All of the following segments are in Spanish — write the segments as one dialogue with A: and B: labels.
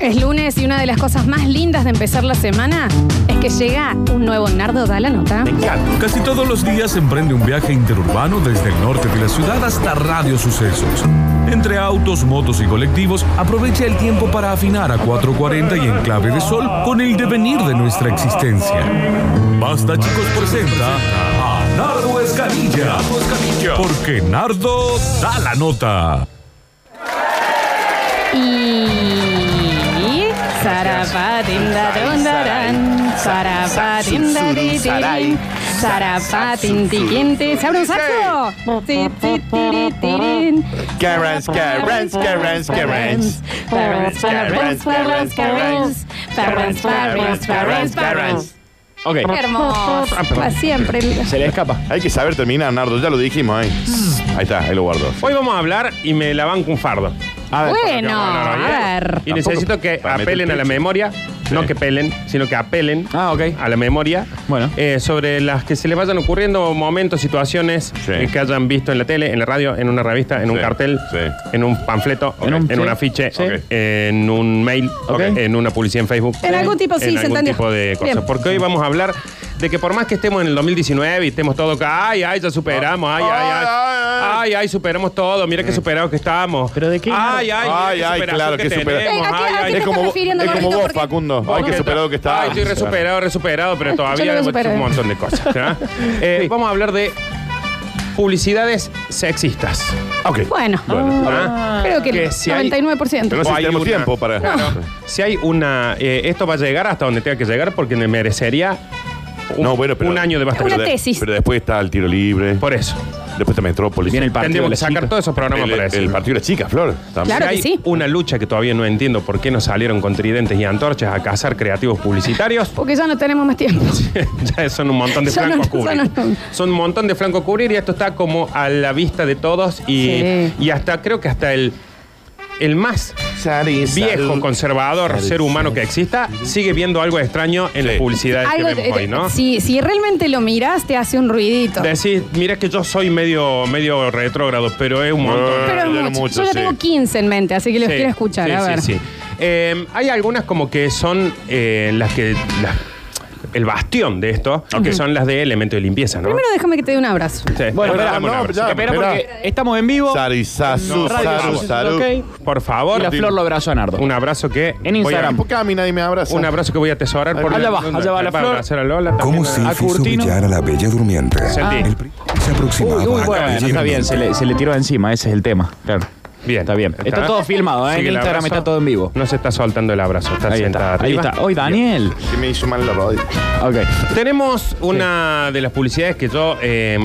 A: Es lunes y una de las cosas más lindas de empezar la semana es que llega un nuevo Nardo da la nota.
B: Casi todos los días emprende un viaje interurbano desde el norte de la ciudad hasta Radio Sucesos. Entre autos, motos y colectivos, aprovecha el tiempo para afinar a 440 y Enclave de Sol con el devenir de nuestra existencia. Basta chicos presenta a Nardo Escanilla, porque Nardo da la nota.
A: Y. Sarapatindarundarán, sarapatindaririn, sarapatintiquinte. ¿Se abre un saco? Ti, ti, tiri, tirin.
C: Carrans, carrans, carrans, carrans.
A: Parents, parents, parents, parents. Parents, parents, parents, parents.
C: Ok.
A: Hermoso. Para siempre.
D: Se le escapa.
C: Hay que saber terminar, Nardo. Ya lo dijimos ahí.
A: Mm.
C: Ahí está, ahí lo guardo.
D: Hoy vamos a hablar y me la banco un fardo.
C: A ver,
A: Bueno, Eh, a ver.
D: Y necesito que
C: Para meter
D: apelen a la
C: pecho.
D: memoria, no que pelen, sino que apelen
E: Ah, ok.
D: a la memoria
E: Bueno.
D: eh, sobre las que se les vayan ocurriendo momentos, situaciones
C: Sí.
D: eh, que hayan visto en la tele, en la radio, en una revista, en un
C: Sí,
D: cartel,
C: sí.
D: en un panfleto,
E: En
D: en,
E: un-
D: un,
E: sí,
D: afiche,
E: sí.
D: ok, en un mail,
E: Ok.
D: en una publicidad en Facebook.
A: En algún tipo, sí,
D: en
A: se
D: algún
A: entendió.
D: tipo de cosas.
A: Bien.
D: Porque hoy vamos a hablar de que por más que estemos en el 2019 y estemos todos acá, ay, ay, ya superamos, ay, ay, ay,
C: Ay,
D: ay, ay, superamos todo, mira qué superados que estamos.
E: ¿Pero de qué?
D: Ay,
C: Mm.
D: ay, mira
C: Ay,
D: qué
C: ay,
D: superación
C: claro,
D: que
C: qué supera-
D: tenemos,
A: Eh, ¿a qué-
D: ay,
A: a
D: ay,
A: qué te
C: Es como,
A: estás
C: vos-
A: refiriendo,
C: es como
A: Marquito?
C: vos,
A: Porque-
C: Facundo. Ay,
D: Porque
C: qué superado que está.
D: Ay, estoy
C: Claro.
D: resuperado, resuperado, pero todavía
A: lo
D: debo
A: superé.
D: un montón de cosas. ¿verdad? Eh, Vamos a hablar de publicidades sexistas.
C: Ok.
A: Bueno,
C: Bueno,
D: ¿ah?
A: creo que el
D: Que si hay-
C: Pero
A: 99%.
C: no sé
D: O
C: si
D: hay
C: tenemos
D: una-
C: tiempo para.
D: Si hay una. eh, esto va a llegar hasta donde tenga que llegar porque me merecería un,
C: No, bueno, pero-
D: un año de
C: Pero
D: bastante.
A: Una
C: de-
A: tesis.
C: Pero después está el tiro libre.
D: Por eso.
C: Después está Metrópolis.
E: Viene el partido
D: Tendríamos
E: de
D: que
E: las
D: sacar
E: chicas.
D: todos esos programas
C: El-
D: para eso.
C: El partido de las chicas, Flor. también.
A: Claro
D: Si
A: que
D: hay
A: sí.
D: una lucha que todavía no entiendo por qué no salieron con tridentes y antorchas a cazar creativos publicitarios.
A: Porque ya no tenemos más tiempo.
D: ya son un montón de
A: Son
D: flanco
A: un-
D: a cubrir.
A: son un-
D: Son un montón de flanco a cubrir y esto está como a la vista de todos y,
A: Sí.
D: y hasta creo que hasta el, el más viejo, conservador ser humano que exista sigue viendo algo extraño en las
C: Sí.
D: publicidades
A: Algo-
D: que vemos hoy, ¿no?
A: si, si realmente lo mirás, te hace un ruidito.
D: Decís, mira que yo soy medio, medio retrógrado, pero
E: Ah.
D: es un montón.
A: Pero es
C: Ya no
A: mucho.
C: mucho,
A: Yo ya
C: sí.
A: tengo 15 en mente, así que los
D: Sí,
A: quiero escuchar.
D: sí,
A: a
D: sí,
A: ver.
D: sí. Eh, hay algunas como que son eh, las que. las- el bastión de esto, que son las de elemento de limpieza, ¿no?
A: Primero déjame que te dé un abrazo.
D: Sí.
E: Bueno,
C: Bueno,
E: espera,
C: vamos,
E: no,
C: no, espera.
E: ya, espera porque estamos en vivo.
C: Sarizazu,
E: Radio
C: saru,
E: Sucesos,
C: saru.
E: ok.
D: Por
E: Y
D: favor,
E: la flor lo abrazó a Nardo.
D: un abrazo que.
E: En
D: voy a-
E: Instagram.
C: ¿Por qué a mí nadie me abraza?
D: un abrazo que voy a atesorar. por
E: Allá va, allá va la
D: para
E: flor.
D: abrazar a Lola
F: Como
D: también.
F: si
E: a
F: hizo
E: Curtino.
F: brillar a la bella durmiente.
D: Sentí.
F: El pri- se aproximaba
E: Uy, uy,
F: a
E: bueno,
F: Cabellera
E: está bien,
F: Durmiente.
E: se le, se le tiró encima, ese es el tema. Claro.
D: Bien.
E: Está bien. Está,
D: ¿Está?
E: todo filmado, ¿eh?
D: Sigue
E: en
D: el
E: Instagram
D: abrazo.
E: está todo en vivo.
D: No se está soltando el abrazo, está
E: Ahí
D: sentada
E: está, ahí
D: arriba.
E: está. Hoy Daniel.
C: Que me hizo mal la rodilla.
E: Ok.
D: Tenemos una de las publicidades que yo eh,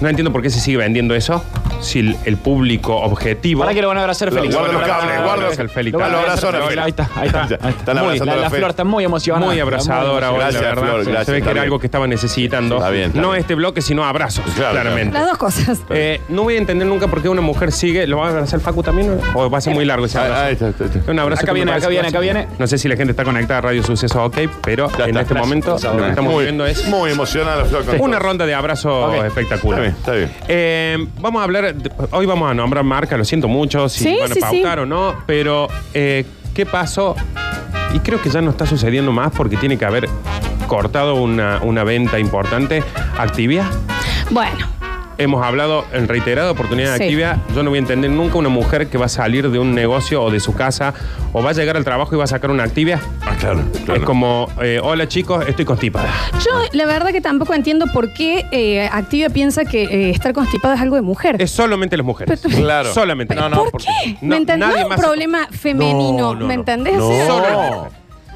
D: no entiendo por qué se sigue vendiendo eso. Si el, el público objetivo.
E: Para que lo van a abrazar Félix.
C: Guarda los
E: Lo van a
C: cables,
E: abrazar
C: guarda-
E: Félix.
D: Félix.
E: Lo van a
C: Lo abrazó
E: abrazar
C: ahora,
E: Félix. Ahí está, ahí está. ahí está.
C: Están
E: Muy-
C: abrazando
E: la,
C: a
E: la
C: Félix.
E: flor está muy emocionada.
D: Muy abrazadora hoy, la
C: Gracias,
D: verdad.
C: Flor,
D: Se-
C: gracias,
D: se ve que
C: está
D: era
C: bien.
D: algo que estaba necesitando.
C: Está bien, está
D: no
C: bien.
D: este bloque, sino abrazos,
C: Claro,
D: claramente.
A: Las dos cosas.
D: Eh, no voy a entender nunca por qué una mujer sigue. ¿Lo va a abrazar Facu también? ¿O va a ser muy largo ese abrazo?
C: Ah, Ahí está, está, está.
D: Un abrazo
E: Acá
D: que me
E: viene,
D: parece
E: acá viene,
D: que-
E: acá viene.
D: No sé si la gente está conectada a Radio Suceso, ok, pero en
C: está.
D: este momento lo que estamos
C: Muy-
D: viendo es
C: Muy emocionada la flor con
D: una ronda de abrazos
E: Ok.
C: Está
D: espectacular.
C: bien, está bien.
D: Eh, vamos a hablar, de- hoy vamos a nombrar marca, lo siento mucho, si
A: Sí,
D: van a
A: sí,
D: pautar
A: sí.
D: o no, pero eh, ¿qué pasó? Y creo que ya no está sucediendo más porque tiene que haber cortado una, una venta importante. Activia,
A: Bueno,
D: hemos hablado en reiteradas oportunidades
A: Sí.
D: de Activia. Yo no voy a entender nunca una mujer que va a salir de un negocio o de su casa o va a llegar al trabajo y va a sacar una Activia.
C: Ah, claro,
D: Es
C: claro.
D: como, eh, hola chicos, estoy constipada.
A: yo la verdad que tampoco entiendo por qué eh, Activia piensa que eh, estar constipada es algo de mujer.
D: Es solamente las mujeres.
C: Claro.
D: Solamente.
C: No, no,
A: ¿Por
C: porque-
A: qué?
D: No,
A: ¿Me entendés? No
D: nadie
A: es un
D: más-
A: problema femenino.
D: No, no,
A: ¿Me
D: no.
A: entendés?
C: No,
A: O sea,
C: no,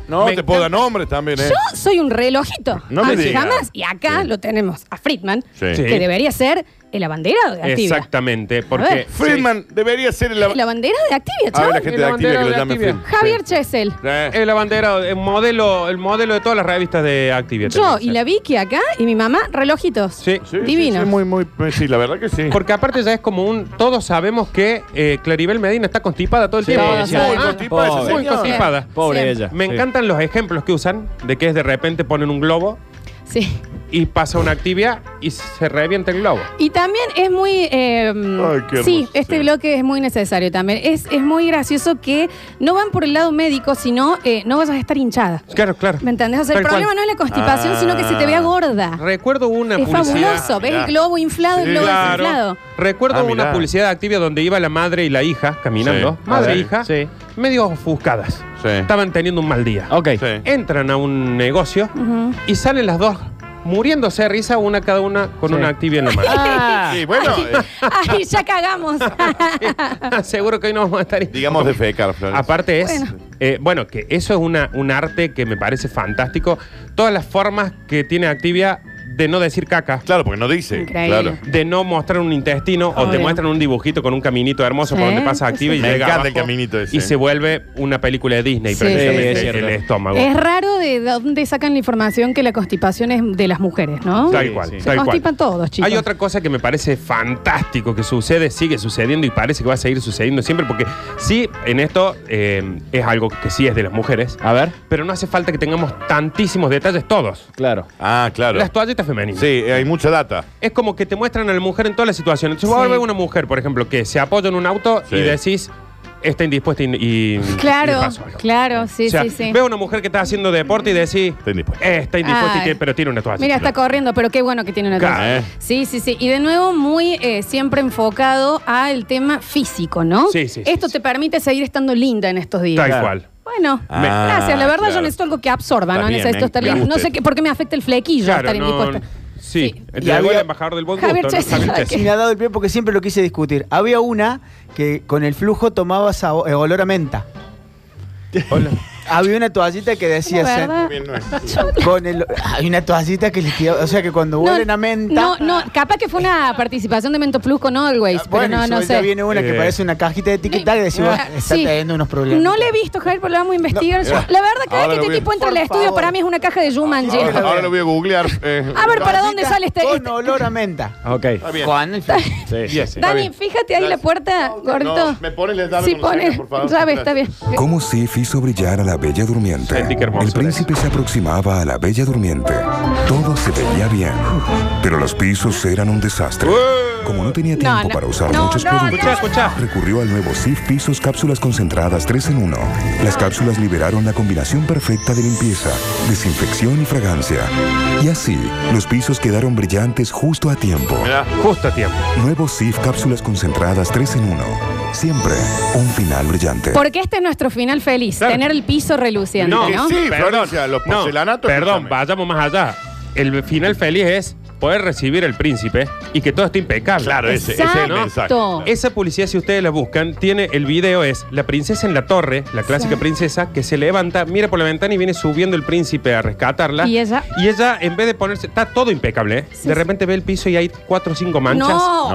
D: Me
C: te puedo dar
D: encanta.
C: nombres también, ¿eh?
A: Yo soy un relojito.
C: No me
A: Así
C: digas.
A: jamás. Y acá
C: Sí.
A: lo tenemos a Friedman,
C: Sí.
A: que debería ser el abanderado de Activia.
D: Exactamente,
A: A
D: porque
A: ver.
C: Friedman debería ser el...
A: El abanderado de Activia,
C: A ver, Ah, la
A: chaval.
C: gente de Activia que lo llame Friedman.
A: Javier Chesel.
C: Eh,
D: el abanderado, el modelo, el modelo de todas las revistas de Activia.
A: Yo
D: tenés que
A: y
D: ser.
A: la Vicky acá y mi mamá, relojitos.
D: Sí.
C: sí,
A: Divino.
C: Sí, sí, muy, muy, sí, la verdad que sí.
D: Porque aparte ya es como un. Todos sabemos que eh, Claribel Medina está constipada todo el
E: Sí,
D: tiempo.
A: todos
D: Decía,
A: sabemos.
D: "Ah,
C: constipada esa
D: muy
C: señora".
D: constipada.
E: Pobre
A: Siempre.
E: ella.
D: Me
E: Sí.
D: encantan los ejemplos que usan de que es de repente ponen un globo
A: Sí.
D: y pasa una actividad y se revienta el globo.
A: Y también es muy. eh,
C: qué
A: sí,
C: hermoso,
A: este
C: sí.
A: bloque es muy necesario también. Es, es muy gracioso que no van por el lado médico, sino eh, no vas a estar hinchada.
D: Claro, claro.
A: ¿Me entendés? O sea, el
D: Tal cual.
A: problema no es la constipación,
C: Ah.
A: sino que se te vea gorda.
D: Recuerdo una
A: Es
D: publicidad.
A: fabuloso. ¿Ves
C: mirá.
A: el globo inflado, el
C: Sí,
A: globo
D: Claro.
A: desinflado?
D: Recuerdo
C: Ah,
D: una
C: mirá.
D: publicidad activa donde iba la madre y la hija caminando.
C: Sí.
D: Madre
C: Ah,
D: e
C: sí.
D: hija.
E: Sí.
D: Medio ofuscadas.
C: Sí.
D: Estaban teniendo un mal día.
E: Ok.
C: Sí.
D: Entran a un negocio y salen las dos muriéndose de risa, una cada una con
E: Sí.
D: una activa en la mano.
E: Ah,
C: Sí, bueno, eh,
A: Ay, ya cagamos. Ah.
D: Seguro que hoy no vamos a estar.
C: digamos de fecar, Flores.
D: Aparte es, eh, bueno.
A: Bueno.
D: que eso es una, un arte que me parece fantástico. Todas las formas que tiene Activia de no decir caca,
C: Claro, porque no dice.
A: Increíble.
C: Claro.
D: de no mostrar un intestino o te
A: Obvio.
D: muestran un dibujito con un caminito hermoso por
A: Sí,
D: donde pasa
A: sí,
D: Activia
A: sí.
D: y
C: Me
D: llega
C: encanta el
D: abajo
C: caminito ese.
D: y se vuelve una película de Disney
A: Sí.
D: precisamente
E: Sí, es
D: el
E: cierto.
D: estómago.
A: es raro de dónde sacan la información que la constipación es de las mujeres, ¿no?
D: Tal
E: Sí,
D: cual,
E: sí.
A: Se
D: tal cual.
A: constipan todos, chicos.
D: Hay otra cosa que me parece fantástico que sucede, sigue sucediendo y parece que va a seguir sucediendo siempre, porque sí, en esto eh, es algo que sí es de las mujeres,
E: a ver,
D: pero no hace falta que tengamos tantísimos detalles todos.
E: claro.
C: Ah, claro.
D: Las toallitas femeninas.
C: Sí, eh, hay mucha data.
D: Es como que te muestran a la mujer en todas las situaciones. Entonces vos
A: Sí.
D: ves una mujer, por ejemplo, que se apoya en un auto
C: Sí.
D: y decís, está indispuesta y... y- y le
A: Claro,
D: pasó algo.
A: claro, sí,
D: o sea,
A: sí, sí.
D: Veo una mujer que está haciendo deporte y decís,
C: Está indispuesta.
D: "Eh, está indispuesta, y
A: Ay.
D: tiene- pero tiene una toalla.
A: Mira, está corriendo, pero qué bueno que tiene una
D: Claro,
A: taza.
C: eh.
A: Sí, sí, sí. Y de nuevo, muy eh, siempre enfocado al tema físico, ¿no?
D: Sí, sí, sí,
A: Esto
D: sí.
A: te permite seguir estando linda en estos días.
D: Tal
E: Claro.
D: cual.
A: Bueno,
C: Ah,
A: gracias. La verdad, yo
C: claro.
A: necesito algo que absorba,
C: Está
A: ¿no?
C: bien,
A: necesito
C: me-
A: estar
C: me
A: linda. No
C: gusta
A: sé
C: eso.
A: qué, por qué me afecta el flequillo estar
D: no,
A: indispuesta.
D: sí,
A: Sí.
D: el
G: Y había-
D: embajador del buen gusto.
A: Javier
D: ¿no?
A: Chesney,
D: Javier
A: ¿sabes
D: Chesney.
A: qué?
G: Sí, me ha dado el pie porque siempre lo quise discutir. Había una que con el flujo tomaba sabo- eh, olor a menta. Había una toallita que decía
A: La
G: ser-
A: verdad.
G: con el hay una toallita que le tiraba, o sea que cuando huelen a menta.
A: No, no, capaz que fue una participación de Mento Plus con Always,
G: Ah,
A: pero
G: bueno,
A: no,
G: y
A: no
G: sobre- ya
A: sé.
G: viene una que
D: Eh.
G: parece una cajita de etiquetaje y decís,
A: Ah,
G: vos, está
A: sí.
G: teniendo unos problemas.
A: No le he visto, Javier, pero lo vamos a investigar. Yo- la verdad, cada
C: Ahora
A: vez
C: lo
A: que
C: voy a-
A: este tipo entra al
G: Por
A: estudio,
G: favor.
A: para mí es una caja de Jumanji.
C: Ahora, ahora lo voy a googlear. eh.
A: A ver, ¿para
G: Toallita
A: dónde sale este-
G: Con
A: este-
G: olor a menta.
E: Ok.
C: Está bien.
G: Con el flujo.
E: Sí.
C: Bien, está
A: Dani,
C: bien.
A: fíjate ahí la puerta, gordito.
C: No, me pones la llave
A: Sí,
C: con la
A: pone.
C: seña, por favor.
A: Llave, está bien.
F: Como Sif hizo brillar a la Bella Durmiente.
D: Sentí que hermoso
F: El príncipe se aproximaba a la Bella Durmiente. Todo se veía bien, pero los pisos eran un desastre. Como no tenía tiempo
A: No, no.
F: para usar
A: No,
F: muchos
A: no,
F: productos,
A: no.
D: Escuchá, escuchá.
F: recurrió al nuevo Sif Pisos Cápsulas Concentradas 3 en 1. Las cápsulas liberaron la combinación perfecta de limpieza, desinfección y fragancia. Y así, los pisos quedaron brillantes justo a tiempo.
C: Mirá.
D: Justo a tiempo.
F: Nuevo Sif Cápsulas Concentradas 3 en 1. Siempre un final brillante.
A: Porque este es nuestro final feliz,
D: Claro.
A: tener el piso reluciente, ¿no?
C: que sí, Florencia, los
D: no,
C: porcelanatos,
D: perdón,
C: escúchame.
D: vayamos más allá. El final feliz es poder recibir al príncipe y que todo esté impecable.
C: Claro, ese, ese es el
A: Exacto.
C: mensaje.
D: Esa publicidad, si ustedes la buscan, tiene el video es la princesa en la torre, la clásica
A: Sí.
D: princesa, que se levanta, mira por la ventana y viene subiendo el príncipe a rescatarla.
A: Y ella-
D: Y ella, en vez de ponerse, está todo impecable, ¿eh?
A: Sí, sí.
D: de repente ve el piso y hay cuatro o cinco manchas.
A: No.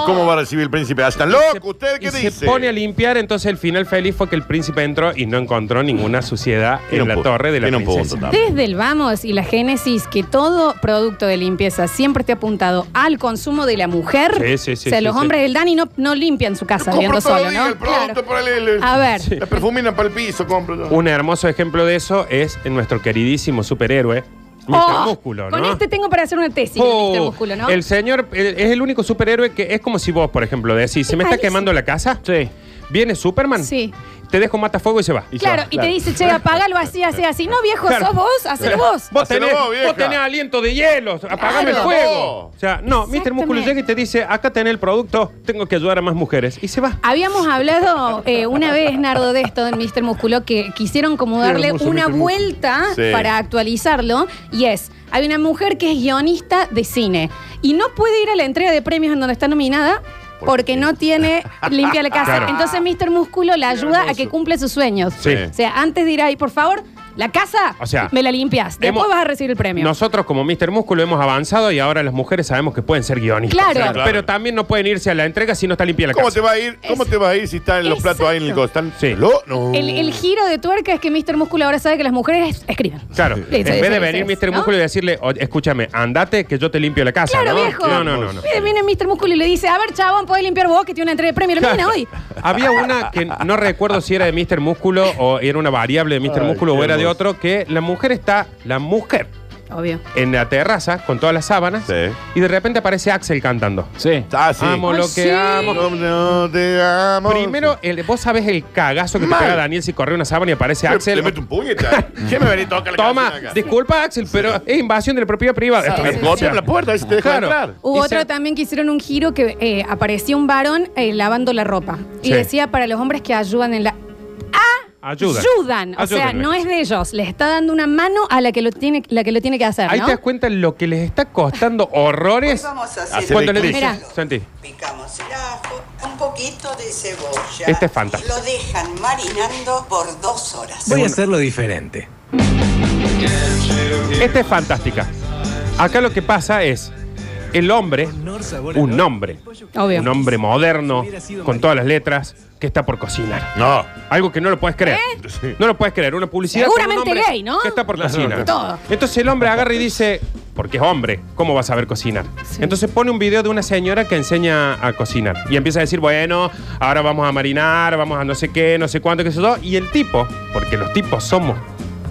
C: No, ¿cómo va a recibir el príncipe? ¡Hasta loco! ¿Usted qué
D: y
C: dice?
D: se pone a limpiar, entonces el final feliz fue que el príncipe entró y no encontró ninguna suciedad
C: Tiene
D: en
C: un
D: la
C: punto,
D: torre de la
C: tiene un punto
D: princesa.
C: también.
A: Desde el vamos y la génesis que todo producto de limpieza siempre te ha apuntado al consumo de la mujer.
D: Sí, sí, sí,
A: O sea,
D: sí,
A: los
D: sí.
A: hombres del Dani no, no limpian su casa
C: Compro
A: viendo
C: todo
A: solo,
C: el
A: ¿no?
C: día el producto
A: Claro.
C: para el- el-
A: A ver,
C: La perfumina para el piso, compro. todo.
D: Un hermoso ejemplo de eso es en nuestro queridísimo superhéroe, Mr.
A: Oh,
D: Músculo, ¿no?
A: con este tengo para hacer una tesis,
D: Oh,
A: Mr. Músculo, ¿no?
D: El señor eh, es el único superhéroe que es como si vos, por ejemplo, decís, se me está
A: malísimo.
D: quemando la casa,
E: Sí.
D: viene Superman,
A: Este Sí.
D: te dejo matafuego y se va.
E: Y se
A: claro,
E: va,
A: y te dice, che, apagalo así, así, así. No, viejo,
D: Claro.
A: sos vos, hacelo vos.
D: Vos
C: Hacelo
D: tenés,
C: vos, vieja.
D: vos tenés aliento de hielo, apagame el
A: Claro.
D: fuego. O sea, no, Mr.
A: Exactamente.
D: Músculo llega y te dice, acá tenés el producto, tengo que ayudar a más mujeres. Y se va.
A: Habíamos hablado eh, una vez, Nardo, de esto del Mr. Músculo, que quisieron como darle una vuelta
C: Sí.
A: para actualizarlo. Y es, hay una mujer que es guionista de cine y no puede ir a la entrega de premios en donde está nominada
C: ¿Por
A: porque
C: qué?
A: no tiene limpia la casa.
D: Claro.
A: Entonces Mr. Músculo la ayuda a que cumple sus sueños.
D: Sí.
A: O sea, antes de ir ahí, por favor, la casa
D: O sea,
A: me la limpias. Después
D: hemos-
A: vas a recibir el premio.
D: Nosotros como Mr. Músculo hemos avanzado y ahora las mujeres sabemos que pueden ser guionistas.
A: Claro.
D: O sea,
A: Sí,
C: claro.
D: Pero también no pueden irse a la entrega si no está limpia la
C: ¿Cómo
D: casa.
C: te va a ir? ¿Cómo
A: Es-
C: te va a ir si están los platos ahí en el
A: Exacto.
C: costal?
D: Sí.
C: Lo- no.
A: el, el giro de tuerca es que Mr. Músculo ahora sabe que las mujeres escriben.
D: Claro,
A: Sí,
D: en
A: sí,
D: vez de
A: sí,
D: venir
A: sí,
D: Mr.
A: ¿no?
D: Músculo y decirle, "Oye, escúchame, andate que yo te limpio la casa.
A: Claro,
D: ¿no?
A: viejo.
D: No, no, no. no.
A: Mire, viene Mr. Músculo y le dice, a ver, chabón, podés limpiar vos que tiene una entrega de premio. Lo
D: Claro.
A: viene hoy.
D: Había una que no recuerdo si era de Mr. Músculo o era una variable de Mr. Músculo o era de otro, que la mujer está, la mujer
A: Obvio.
D: en la terraza con todas las sábanas
C: Sí.
D: y de repente aparece Axel cantando.
E: Sí.
C: Ah, sí.
D: Amo lo
A: Ay, sí.
D: que amo.
C: No, no te amo.
D: Primero, el- vos sabés el cagazo que te pega Daniel si corre una sábana y aparece
C: Le-
D: Axel.
C: Le meto un puñetazo. ¿Qué me venís a tocar la
D: Toma,
C: canción acá?
D: disculpa Axel, pero es invasión de la propiedad privada.
A: Sí,
C: Ah, Me
A: sí,
D: O
C: golpean
D: sea,
C: la puerta, a ver si te dejo
D: Claro.
C: entrar.
A: Hubo
D: Y se-
A: otro también que hicieron un giro que eh, aparecía un varón eh, lavando la ropa. Y
D: Sí.
A: decía para los hombres que ayudan en la.
D: Ayudan.
A: Ayudan. O sea,
D: Ayúdenme.
A: no es de ellos. Le está dando una mano a la que lo tiene, la que, lo tiene que hacer,
D: Ahí
A: ¿no?
D: te das cuenta lo que les está costando horrores
H: Vamos a
C: Hacer
H: hacer
D: cuando le
C: clic.
D: dicen,
A: Mira.
D: Santi,
H: picamos el ajo, un poquito de cebolla.
D: Este es Fanta.
H: Lo dejan marinando por dos horas.
I: Voy a hacerlo diferente.
D: esta es fantástica. Acá lo que pasa es, el hombre, un hombre,
A: Obvio.
D: un hombre moderno, con todas las letras, que está por cocinar.
C: No.
D: Algo que no lo puedes creer. No lo puedes creer. Una publicidad.
A: ¿Eh? Seguramente
D: con un hombre
A: gay, ¿no?
D: Que está por cocinar.
A: Todo.
D: Entonces el hombre agarra y dice, porque es hombre, ¿cómo vas a saber cocinar?
A: Sí.
D: Entonces pone un video de una señora que enseña a cocinar. Y empieza a decir, bueno, ahora vamos a marinar, vamos a no sé qué, no sé cuánto, qué sé yo. Y el tipo, porque los tipos somos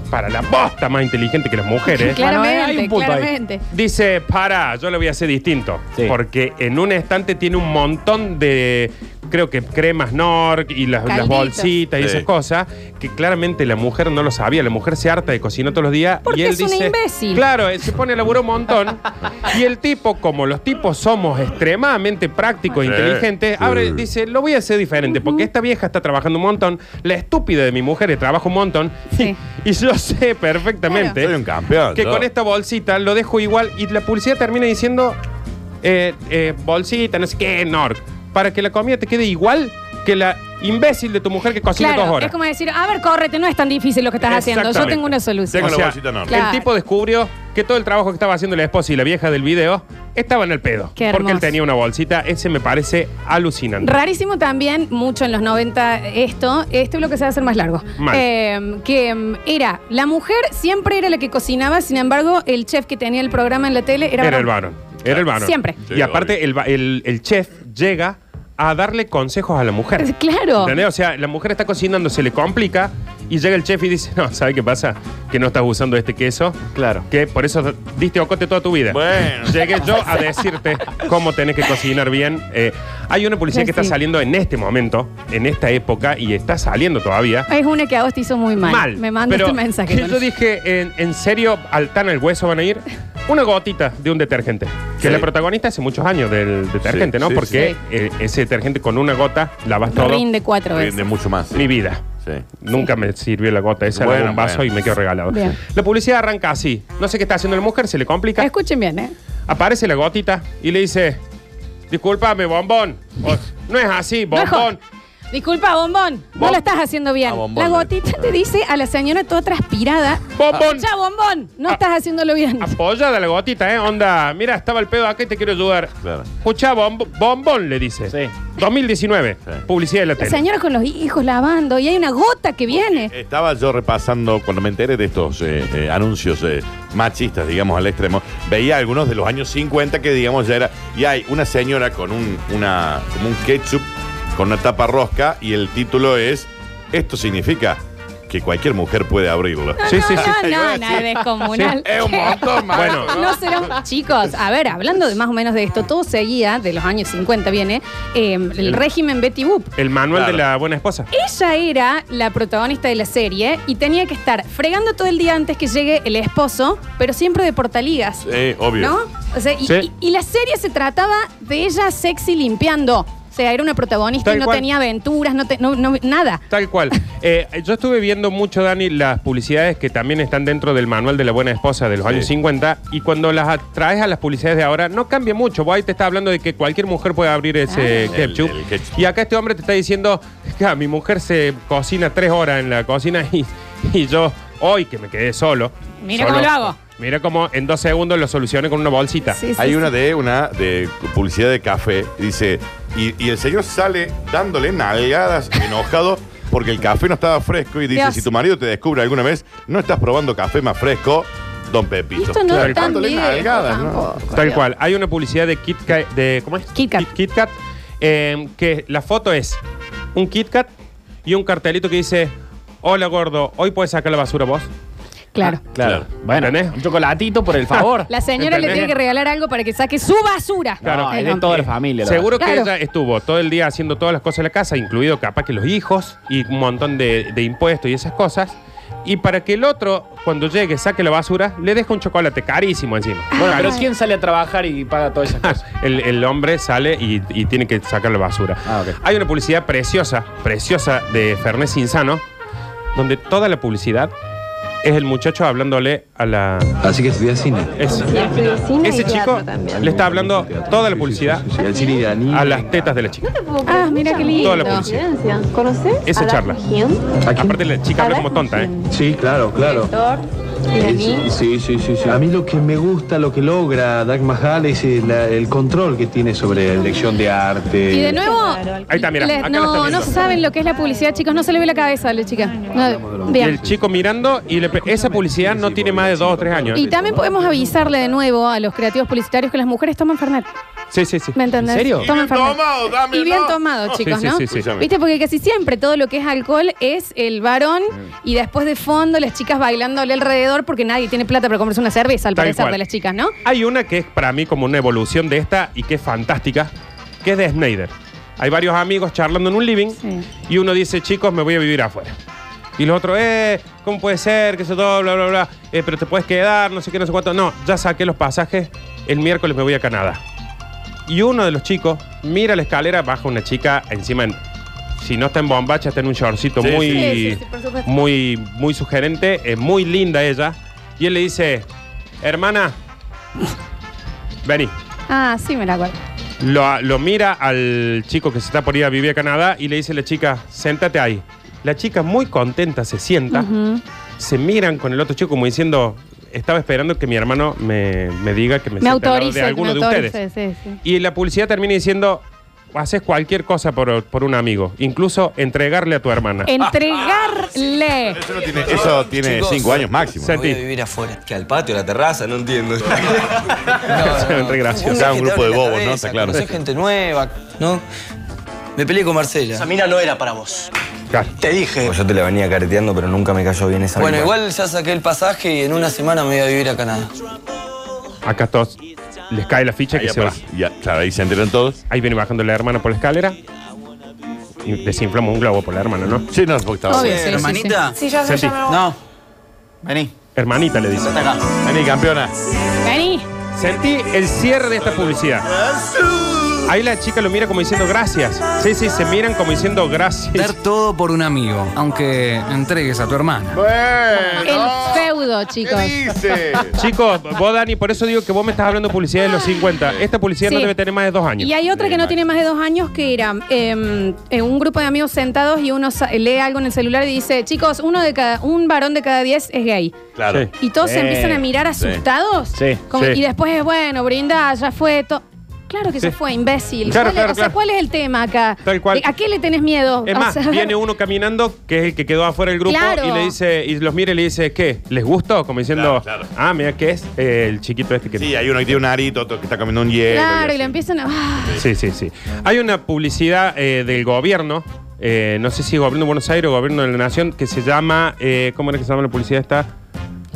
D: para la posta más inteligente que las mujeres.
A: Claramente,
E: Bueno, hay un punto ahí.
A: claramente.
D: Dice, para, yo lo voy a hacer distinto.
E: Sí.
D: Porque en un estante tiene un montón de, creo que cremas Nork y las, las
A: Calditos.
D: bolsitas y
C: Sí.
D: esas cosas, que claramente la mujer no lo sabía. La mujer se harta de cocinar todos los días.
A: Porque
D: y él
A: es una
D: dice,
A: imbécil.
D: Claro, él se pone a laburar un montón. y el tipo, como los tipos somos extremadamente prácticos e
C: Sí.
D: inteligentes, abre, dice, lo voy a hacer diferente. Porque esta vieja está trabajando un montón. La estúpida de mi mujer le trabaja un montón.
A: Sí.
D: y yo sé perfectamente
C: Soy un campeón.
D: Eh, que
C: yo.
D: con esta bolsita lo dejo igual y la publicidad termina diciendo eh, eh, bolsita, no sé qué, Nord, para que la comida te quede igual que la imbécil de tu mujer que cocina dos
A: Claro,
D: horas.
A: es como decir, a ver, córrete, no es tan difícil lo que estás haciendo. Yo
D: Exactamente.
A: tengo una solución.
C: Tengo
D: O
C: la
D: sea,
C: bolsita no.
A: Claro.
D: El tipo descubrió que todo el trabajo que estaba haciendo la esposa y la vieja del video estaban al pedo.
A: Qué
D: porque él
A: hermoso.
D: tenía una bolsita, ese me parece alucinante.
A: Rarísimo también, mucho en los 90, esto, este bloque se va a hacer más largo.
D: Mal.
A: Eh, que mm, era, la mujer siempre era la que cocinaba, sin embargo, el chef que tenía el programa en la tele era,
D: Era, el
A: varón.
D: varón. Era el varón.
A: Siempre.
C: Sí,
D: y aparte, el, va- el- el chef llega a darle consejos a la mujer.
A: Claro.
D: ¿Entendés? O sea, la mujer está cocinando, se le complica y llega el chef y dice, no, ¿sabes qué pasa? Que no estás usando este queso.
E: Claro.
D: Que por eso diste ocote toda tu vida.
C: Bueno.
D: Llegué yo a decirte cómo tenés que cocinar bien. Eh, hay una policía
A: Ya
D: que está
A: sí.
D: saliendo en este momento, en esta época, y está saliendo todavía.
A: Es una que a vos te hizo muy mal. Me mandaste
D: Pero
A: un mensaje.
D: que
A: con
D: yo
A: eso.
D: dije, en, en serio, al tan al hueso van a ir una gotita de un detergente. Que
C: Sí.
D: es la protagonista hace muchos años del detergente,
C: Sí,
D: ¿no?
C: sí,
D: Porque eh, ese detergente con una gota lavas todo.
A: Rinde cuatro veces.
C: Rinde mucho más. sí.
D: Mi vida.
C: Sí.
D: Nunca me sirvió la gota esa,
C: Bueno,
D: era un vaso
C: bueno.
D: y me quedo regalado.
A: Bien.
D: La publicidad arranca así. No sé qué está haciendo la mujer, se le complica.
A: Escuchen bien, ¿eh?
D: Aparece la gotita y le dice, discúlpame, bombón. O, no es así,
A: No es
D: bombón.
A: joda. Disculpa, bombón. no
C: Bom-
A: lo estás haciendo bien.
C: Ah, bombón,
A: la gotita te dice a la señora toda transpirada.
D: Bombón.
A: Ya, bombón. No
D: Ah.
A: estás haciéndolo bien.
D: Apoyada la gotita, ¿eh? Onda, mira, estaba el pedo acá y te quiero ayudar.
C: Claro.
D: Escuchá, bomb- bombón, le dice.
E: Sí.
D: 2019,
C: Sí.
D: publicidad de la
A: La
D: tele.
A: señora con los hijos lavando y hay una gota que viene.
C: Estaba yo repasando, cuando me enteré de estos eh, eh, anuncios eh, machistas, digamos, al extremo, veía algunos de los años 50 que, digamos, ya era... Y hay una señora con un, una, como un ketchup, con una tapa rosca, y el título es, esto significa que cualquier mujer puede abrirlo.
D: Sí, sí, sí.
A: Ah, No, no, no, es descomunal.
C: Es un montón, más.
D: Bueno.
A: No será- Chicos, a ver, hablando de más o menos de esto, todo seguía, de los años 50 viene, eh, el régimen Betty Boop.
D: El manual
C: Claro.
D: de la buena esposa.
A: Ella era la protagonista de la serie y tenía que estar fregando todo el día antes que llegue el esposo, pero siempre de portaligas.
C: Sí, obvio.
A: ¿No? O sea, y,
E: Sí.
A: y- y la serie se trataba de ella sexy limpiando. O sea, era una protagonista
D: Tal
A: y no
D: cual.
A: tenía aventuras, no, te- no- no- nada.
D: Tal cual. Eh, yo estuve viendo mucho, Dani, las publicidades que también están dentro del manual de la buena esposa de los
C: Sí.
D: años 50 y cuando las traes a las publicidades de ahora no cambia mucho. Vos ahí te está hablando de que cualquier mujer puede abrir ese
C: Claro.
D: ketchup.
C: El- el ketchup.
D: Y acá este hombre te está diciendo, "Ja, mi mujer se cocina tres horas en la cocina y, y yo hoy que me quedé solo.
A: Mira cómo lo hago.
D: Mira cómo en dos segundos lo solucioné con una bolsita.
A: Sí, sí,
C: Hay
A: sí.
C: una de una de publicidad de café, dice, y, y el señor sale dándole nalgadas enojado porque el café no estaba fresco y dice,
A: Dios.
C: si tu marido te descubre alguna vez, no estás probando café más fresco, don
A: Y
C: Pepito.
A: esto no
D: Tal
A: es tan
C: Dándole
A: viejo
C: nalgadas, ¿no?
A: tampoco,
D: Tal
A: Dios.
D: cual. Hay una publicidad de Kit Kat. De, ¿Cómo es?
A: Kit Kat.
D: Kat, eh, que la foto es un Kit Kat y un cartelito que dice: Hola gordo, hoy puedes sacar la basura vos.
A: Claro.
E: Claro.
C: Claro.
E: Bueno,
D: ¿Entendés?
E: un chocolatito por el favor.
A: La señora le
D: ¿Entendés?
A: tiene que regalar algo para que saque su basura.
E: Claro,
A: Eh,
E: es de
A: no.
E: toda la familia. la
D: Seguro que
A: Claro.
D: ella estuvo todo el día haciendo todas las cosas de la casa, incluido capaz que los hijos y un montón de, de impuestos y esas cosas. Y para que el otro, cuando llegue, saque la basura, le deja un chocolate carísimo encima.
E: verdad. Bueno, pero
A: Ay.
E: ¿quién sale a trabajar y paga todas esas cosas?
D: El, el hombre sale y, y tiene que sacar la basura.
E: Ah, ok.
D: Hay una publicidad preciosa, preciosa de Fernández Insano, donde toda la publicidad es el muchacho hablándole a la.
I: Así que estudié cine.
D: Ese, ese chico le está hablando toda la publicidad
I: Sí, al cine iraní.
D: a las tetas de la chica.
A: Ah, mira qué lindo.
D: Toda la publicidad.
J: ¿Conoces?
D: Esa charla.
I: ¿A quién?
D: Aparte, la chica habla como tonta, ¿eh?
I: Sí, claro, claro. Sí, sí, sí, sí. A mí lo que me gusta, lo que logra Dag Mahal es el, la- el control que tiene sobre la elección de arte.
A: Y de nuevo.
D: Ahí está, mira.
A: le-
D: acá la
A: no,
D: está
A: no
D: viendo.
A: saben lo que es la publicidad, chicos. No se le ve la cabeza a la chica. No,
D: Y
A: bien.
D: el chico mirando y le pe- esa publicidad no tiene más de dos o tres años.
A: Y también podemos avisarle de nuevo a los creativos publicitarios que las mujeres toman Fernet.
D: Sí, sí, sí.
A: ¿Me entendés?
E: ¿En serio?
A: Toman
C: Y bien
A: Fernet.
C: tomado, dámelo.
A: Y bien tomado, chicos,
D: Sí, sí,
A: ¿no?
D: sí, sí.
C: Escúchame.
A: Viste, porque casi siempre todo lo que es alcohol es el varón y después de fondo las chicas bailándole alrededor porque nadie tiene plata para comprarse una cerveza, al
D: Tal
A: parecer,
D: cual.
A: de las chicas, ¿no?
D: Hay una que es para mí como una evolución de esta y que es fantástica, que es de Snyder. Hay varios amigos charlando en un living
A: Sí.
D: y uno dice, chicos, me voy a vivir afuera. Y los otros, eh, ¿cómo puede ser? Que eso todo, bla, bla, bla. Eh, pero te puedes quedar, no sé qué, no sé cuánto. No, ya saqué los pasajes, el miércoles me voy a Canadá. Y uno de los chicos mira la escalera, baja una chica encima, en- si no está en bombacha, está en un shortcito
C: Sí,
D: muy,
C: sí.
A: Sí, sí, sí, por supuesto.
D: muy, muy sugerente, es muy linda ella. Y él le dice, hermana, vení.
A: Ah, sí, me la acuerdo.
D: Lo, lo mira al chico que se está por ir a vivir a Canadá y le dice a la chica, séntate ahí. La chica muy contenta se sienta, se miran con el otro chico como diciendo, estaba esperando que mi hermano me, me diga que me,
A: Me
D: siente al lado
A: autoriza,
D: de
A: me
D: alguno de ustedes.
A: autoriza, sí, sí.
D: Y la publicidad termina diciendo, haces cualquier cosa por, por un amigo, incluso entregarle a tu hermana. Ah,
A: Entregarle.
C: Eso, no tiene, eso tiene cinco años máximo.
D: Sentí.
I: vivir afuera.
J: Que al patio, a la terraza, no entiendo.
D: Se ven re graciosos.
C: Está un grupo de bobos, ¿no? Está claro.
J: gente nueva, ¿no? Me peleé con Marcela. Esa mina no era para vos.
D: Claro.
J: Te dije.
I: yo te la venía careteando, pero nunca me cayó bien esa
J: Bueno, igual ya saqué el pasaje y en una semana me voy a vivir a Canadá.
D: Acá todos les cae la ficha
C: Ahí
D: que se va.
C: aparece- ya, claro, ahí se enteran todos.
D: Ahí viene bajando la hermana por la escalera. Y desinflamos un globo por la hermana, ¿no?
C: Sí, no, porque estaba.
A: Obvio, sí, sí, sí.
J: Sí, ya
D: Sentí.
I: No. Vení.
D: Hermanita le dice.
C: Vení, campeona.
A: Vení.
D: Sentí el cierre de esta publicidad. Ahí la chica lo mira como diciendo gracias. Sí, sí, se miran como diciendo gracias.
J: todo por un amigo, aunque entregues a tu hermana.
A: El feudo, chicos.
C: dice?
D: Chicos, vos, Dani, por eso digo que vos me estás hablando de publicidad de los 50. Esta publicidad no
A: Sí.
D: debe tener más de dos años.
A: Y hay otra que no
C: Max.
A: tiene más de dos años que era eh, eh, un grupo de amigos sentados y uno sa- lee algo en el celular y dice, chicos, uno de cada, un varón de cada diez es gay.
C: Claro.
D: Sí.
A: Y todos se
E: Sí,
A: empiezan a mirar
C: sí.
A: asustados.
E: Sí,
A: Como-
D: sí.
A: Y después es, bueno, brinda, ya fue todo. Claro que se
D: Sí.
A: fue, imbécil.
D: Claro,
A: ¿Cuál, es-
D: claro,
A: o sea,
D: claro.
A: ¿cuál es el tema acá?
D: Tal cual.
A: ¿A qué le tenés miedo?
D: Es
A: O
D: más,
A: sea,
D: viene uno caminando, que es el que quedó afuera del grupo,
A: Claro.
D: y le dice, y los mira y le dice, ¿qué? ¿Les gustó? Como diciendo,
C: Claro, claro.
D: ah, mira, ¿qué es? Eh, el chiquito este que
C: Sí, hay uno que tiene un arito, otro que está comiendo un hielo.
A: Claro, y
C: así.
A: lo empiezan a... ah,
D: Sí, sí, sí. Hay una publicidad eh, del gobierno, eh, no sé si gobierno de Buenos Aires o gobierno de la Nación, que se llama, eh, ¿cómo era que se llama la publicidad esta?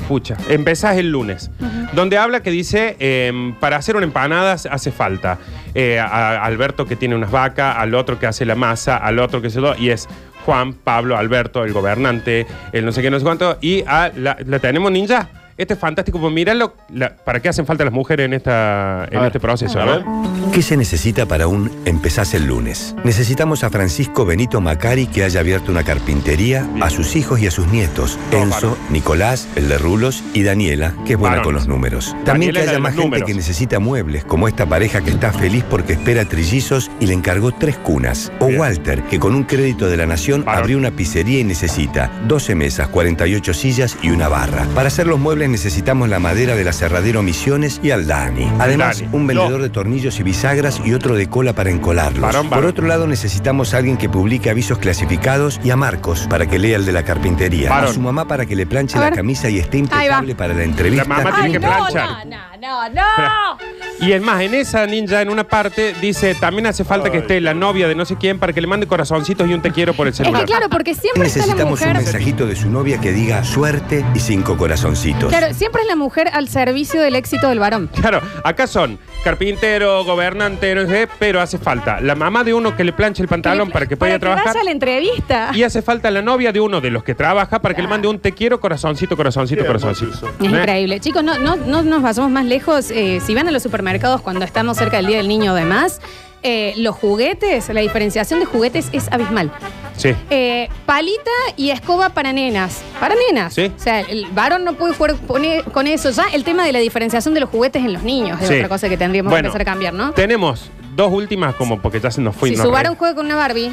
D: Pucha, empezás el lunes, donde habla que dice, eh, para hacer una empanada hace falta eh, a Alberto que tiene unas vacas, al otro que hace la masa, al otro que se lo... Y es Juan, Pablo, Alberto, el gobernante, el no sé qué, no sé cuánto, y a la, la tenemos ninja. Este es fantástico, pues míralo, la- ¿para qué hacen falta las mujeres en, esta, en
E: ver.
D: este proceso?
C: A
D: no?
C: ver.
K: ¿Qué se necesita para un empezás el lunes? Necesitamos a Francisco Benito Macari que haya abierto una carpintería, a sus hijos y a sus nietos,
D: Todo
K: Enzo, Nicolás, el de Rulos y Daniela, que es buena
D: Varones.
K: con los números.
D: Daniela
K: También
D: es la
K: que
D: de
K: haya más
D: los
K: gente
D: números.
K: que necesita muebles, como esta pareja que está feliz porque espera trillizos y le encargó tres cunas. O
D: Bien.
K: Walter, que con un crédito de la Nación
D: Varón.
K: abrió una pizzería y necesita 12 mesas, 48 sillas y una barra. Para hacer los muebles dólares necesitamos la madera del aserradero Misiones y al Dani. Además,
D: Dani,
K: un vendedor de tornillos y bisagras y otro de cola para encolarlos.
D: Varón, varón.
K: Por otro lado, necesitamos a alguien que publique avisos clasificados y a Marcos para que lea el de la carpintería.
D: Varón.
K: A su mamá para que le planche
A: A
K: la
A: ver.
K: camisa y esté
A: va.
K: impecable para la entrevista.
D: La mamá tiene
A: Ay,
D: que
A: no,
D: planchar.
A: no, no, no, no.
D: Y es más, en esa ninja, en una parte, dice, también hace falta que esté la novia de no sé quién para que le mande corazoncitos y un te quiero por el
A: Es
D: celular.
A: que claro, porque siempre está la
K: Necesitamos un
A: mujer.
K: mensajito de su novia que diga suerte y cinco corazoncitos.
A: Claro, siempre es la mujer al servicio del éxito del varón.
D: Claro, acá son carpintero, gobernante, no sé, pero hace falta la mamá de uno que le planche el pantalón para que pueda trabajar.
A: vaya a la entrevista.
D: Y hace falta la novia de uno de los que trabaja para que le mande un te quiero, corazoncito, corazoncito,
C: Qué hermoso
D: corazoncito.
A: Es
D: ¿Eh?
A: increíble. Chicos, no, no, no nos vayamos más lejos. Eh, si van a los supermercados cuando estamos cerca del Día del Niño o demás, eh, los juguetes, la diferenciación de juguetes es abismal.
D: Sí.
A: Eh, palita y escoba para nenas. Para nenas.
D: Sí.
A: O sea, el varón no puede jugar pone- con eso. Ya el tema de la diferenciación de los juguetes en los niños es
D: Sí.
A: otra cosa que tendríamos
D: Bueno,
A: que empezar a cambiar, ¿no?
D: Tenemos dos últimas como porque ya se nos fue. y
A: si
D: nos
A: su
D: re-
A: varón juega con una Barbie,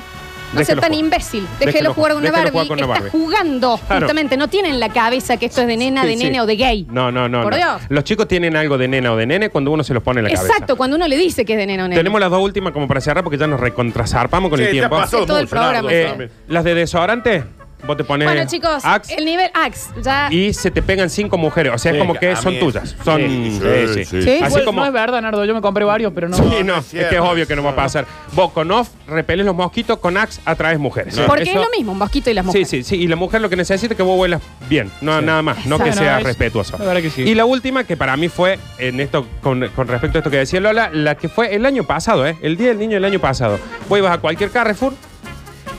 A: no sea
D: Déjelo
A: tan
D: jugar.
A: imbécil. Déjelo,
D: Déjelo
A: jugar con una
D: jugar
A: Barbie.
D: con una
A: Está
D: Barbie.
A: jugando,
D: Claro.
A: justamente. No tiene en la cabeza que esto es de nena,
D: Sí,
A: de
D: sí.
A: nene o de gay.
D: No, no, no.
A: Por
D: no.
A: Dios.
D: Los chicos tienen algo de nena o de nene cuando uno se los pone en la
A: Exacto,
D: cabeza.
A: cuando uno le dice que es de nena o nena.
D: Tenemos las dos últimas como para cerrar porque ya nos recontrasarpamos con
C: Sí,
D: el
C: ya
D: tiempo.
C: pasó
A: Todo el
C: mucho,
A: programa,
C: Nardo,
A: sí.
D: Eh,
C: también.
D: las de desodorante, vos te pones
A: Bueno, chicos,
D: Axe
A: el nivel Axe. Ya...
D: y se te pegan cinco mujeres. O sea,
C: Sí,
D: es Eh, como que
C: a mí
D: son
C: es-
D: tuyas. Son.
C: Sí, sí, sí.
A: Sí.
D: Así
E: Igual
D: como.
E: No es verdad, Nardo. Yo me compré varios, pero no.
D: Sí, no,
C: No
D: es
C: es
D: que es
C: cierto.
D: obvio que no va a pasar. Vos con off repelés los mosquitos, con Axe atraes mujeres.
A: Porque
D: Eso-
A: es lo mismo, un mosquito y las
D: Sí,
A: mujeres.
D: sí, sí. Y la mujer lo que necesita es que vos vuelas bien, no nada más, no que
E: Exacto.
D: sea
E: No, es-
D: respetuoso.
E: la verdad que sí.
D: Y la última, que para mí fue, en esto, con, con respecto a esto que decía Lola, la que fue el año pasado, ¿eh? El día del niño del año pasado. Vos ibas a cualquier Carrefour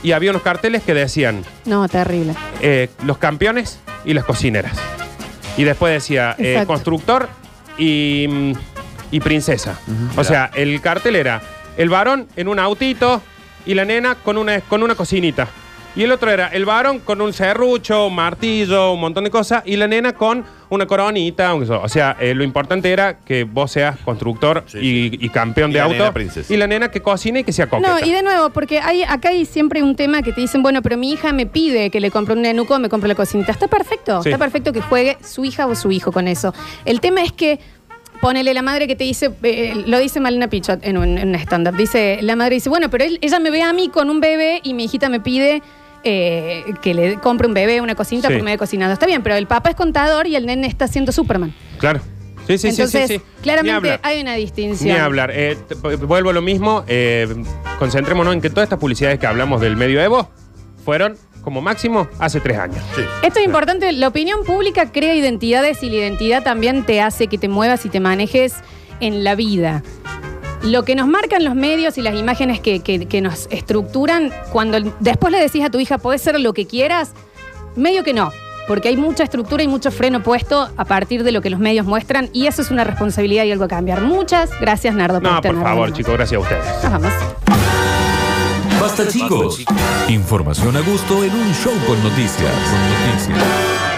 D: y había unos carteles que decían
A: No, terrible.
D: eh, los campeones y las cocineras. Y después decía eh,
A: Exacto.
D: constructor y, mm, y princesa. O sea, el cartel era el varón en un autito y la nena con una, con una cocinita. Y el otro era el varón con un serrucho, un martillo, un montón de cosas, y la nena con una coronita. un- O sea, eh, lo importante era que vos seas constructor
C: Sí,
D: y, y campeón
C: Y
D: de
C: la
D: auto.
C: nena princesa.
D: Y la nena que cocine y que sea coqueta.
A: No, y de nuevo, porque hay, acá hay siempre un tema que te dicen, bueno, pero mi hija me pide que le compre un nenuco, me compre la cocinita. Está perfecto,
D: Sí.
A: está perfecto que juegue su hija o su hijo con eso. El tema es que, ponele la madre que te dice, eh, lo dice Malena Pichot en un, en un stand-up, dice, la madre dice, bueno, pero él- ella me ve a mí con un bebé y mi hijita me pide... eh, que le compre un bebé, una cocinita,
D: Sí.
A: porque me ve cocinando. Está bien, pero el papá es contador y el nene está siendo Superman.
D: Claro. Sí, sí, sí,
A: Entonces,
D: sí, sí. Ni
A: claramente
D: hablar.
A: hay una distinción.
D: Ni hablar. Eh, t- p- vuelvo a lo mismo. eh, concentrémonos en que todas estas publicidades que hablamos del medioevo fueron, como máximo, hace tres años.
A: Esto es importante, la opinión pública crea identidades y la identidad también te hace que te muevas y te manejes en la vida. Lo que nos marcan los medios y las imágenes que, que- que nos estructuran, cuando el- después le decís a tu hija, podés ser lo que quieras, medio que no, porque hay mucha estructura y mucho freno puesto a partir de lo que los medios muestran y eso es una responsabilidad y algo a cambiar. Muchas gracias, Nardo.
D: No, por
A: tenernos.
D: favor, chicos, gracias a ustedes.
A: Nos vamos.
B: Basta chicos. Información a gusto en un show con noticias. Con noticias.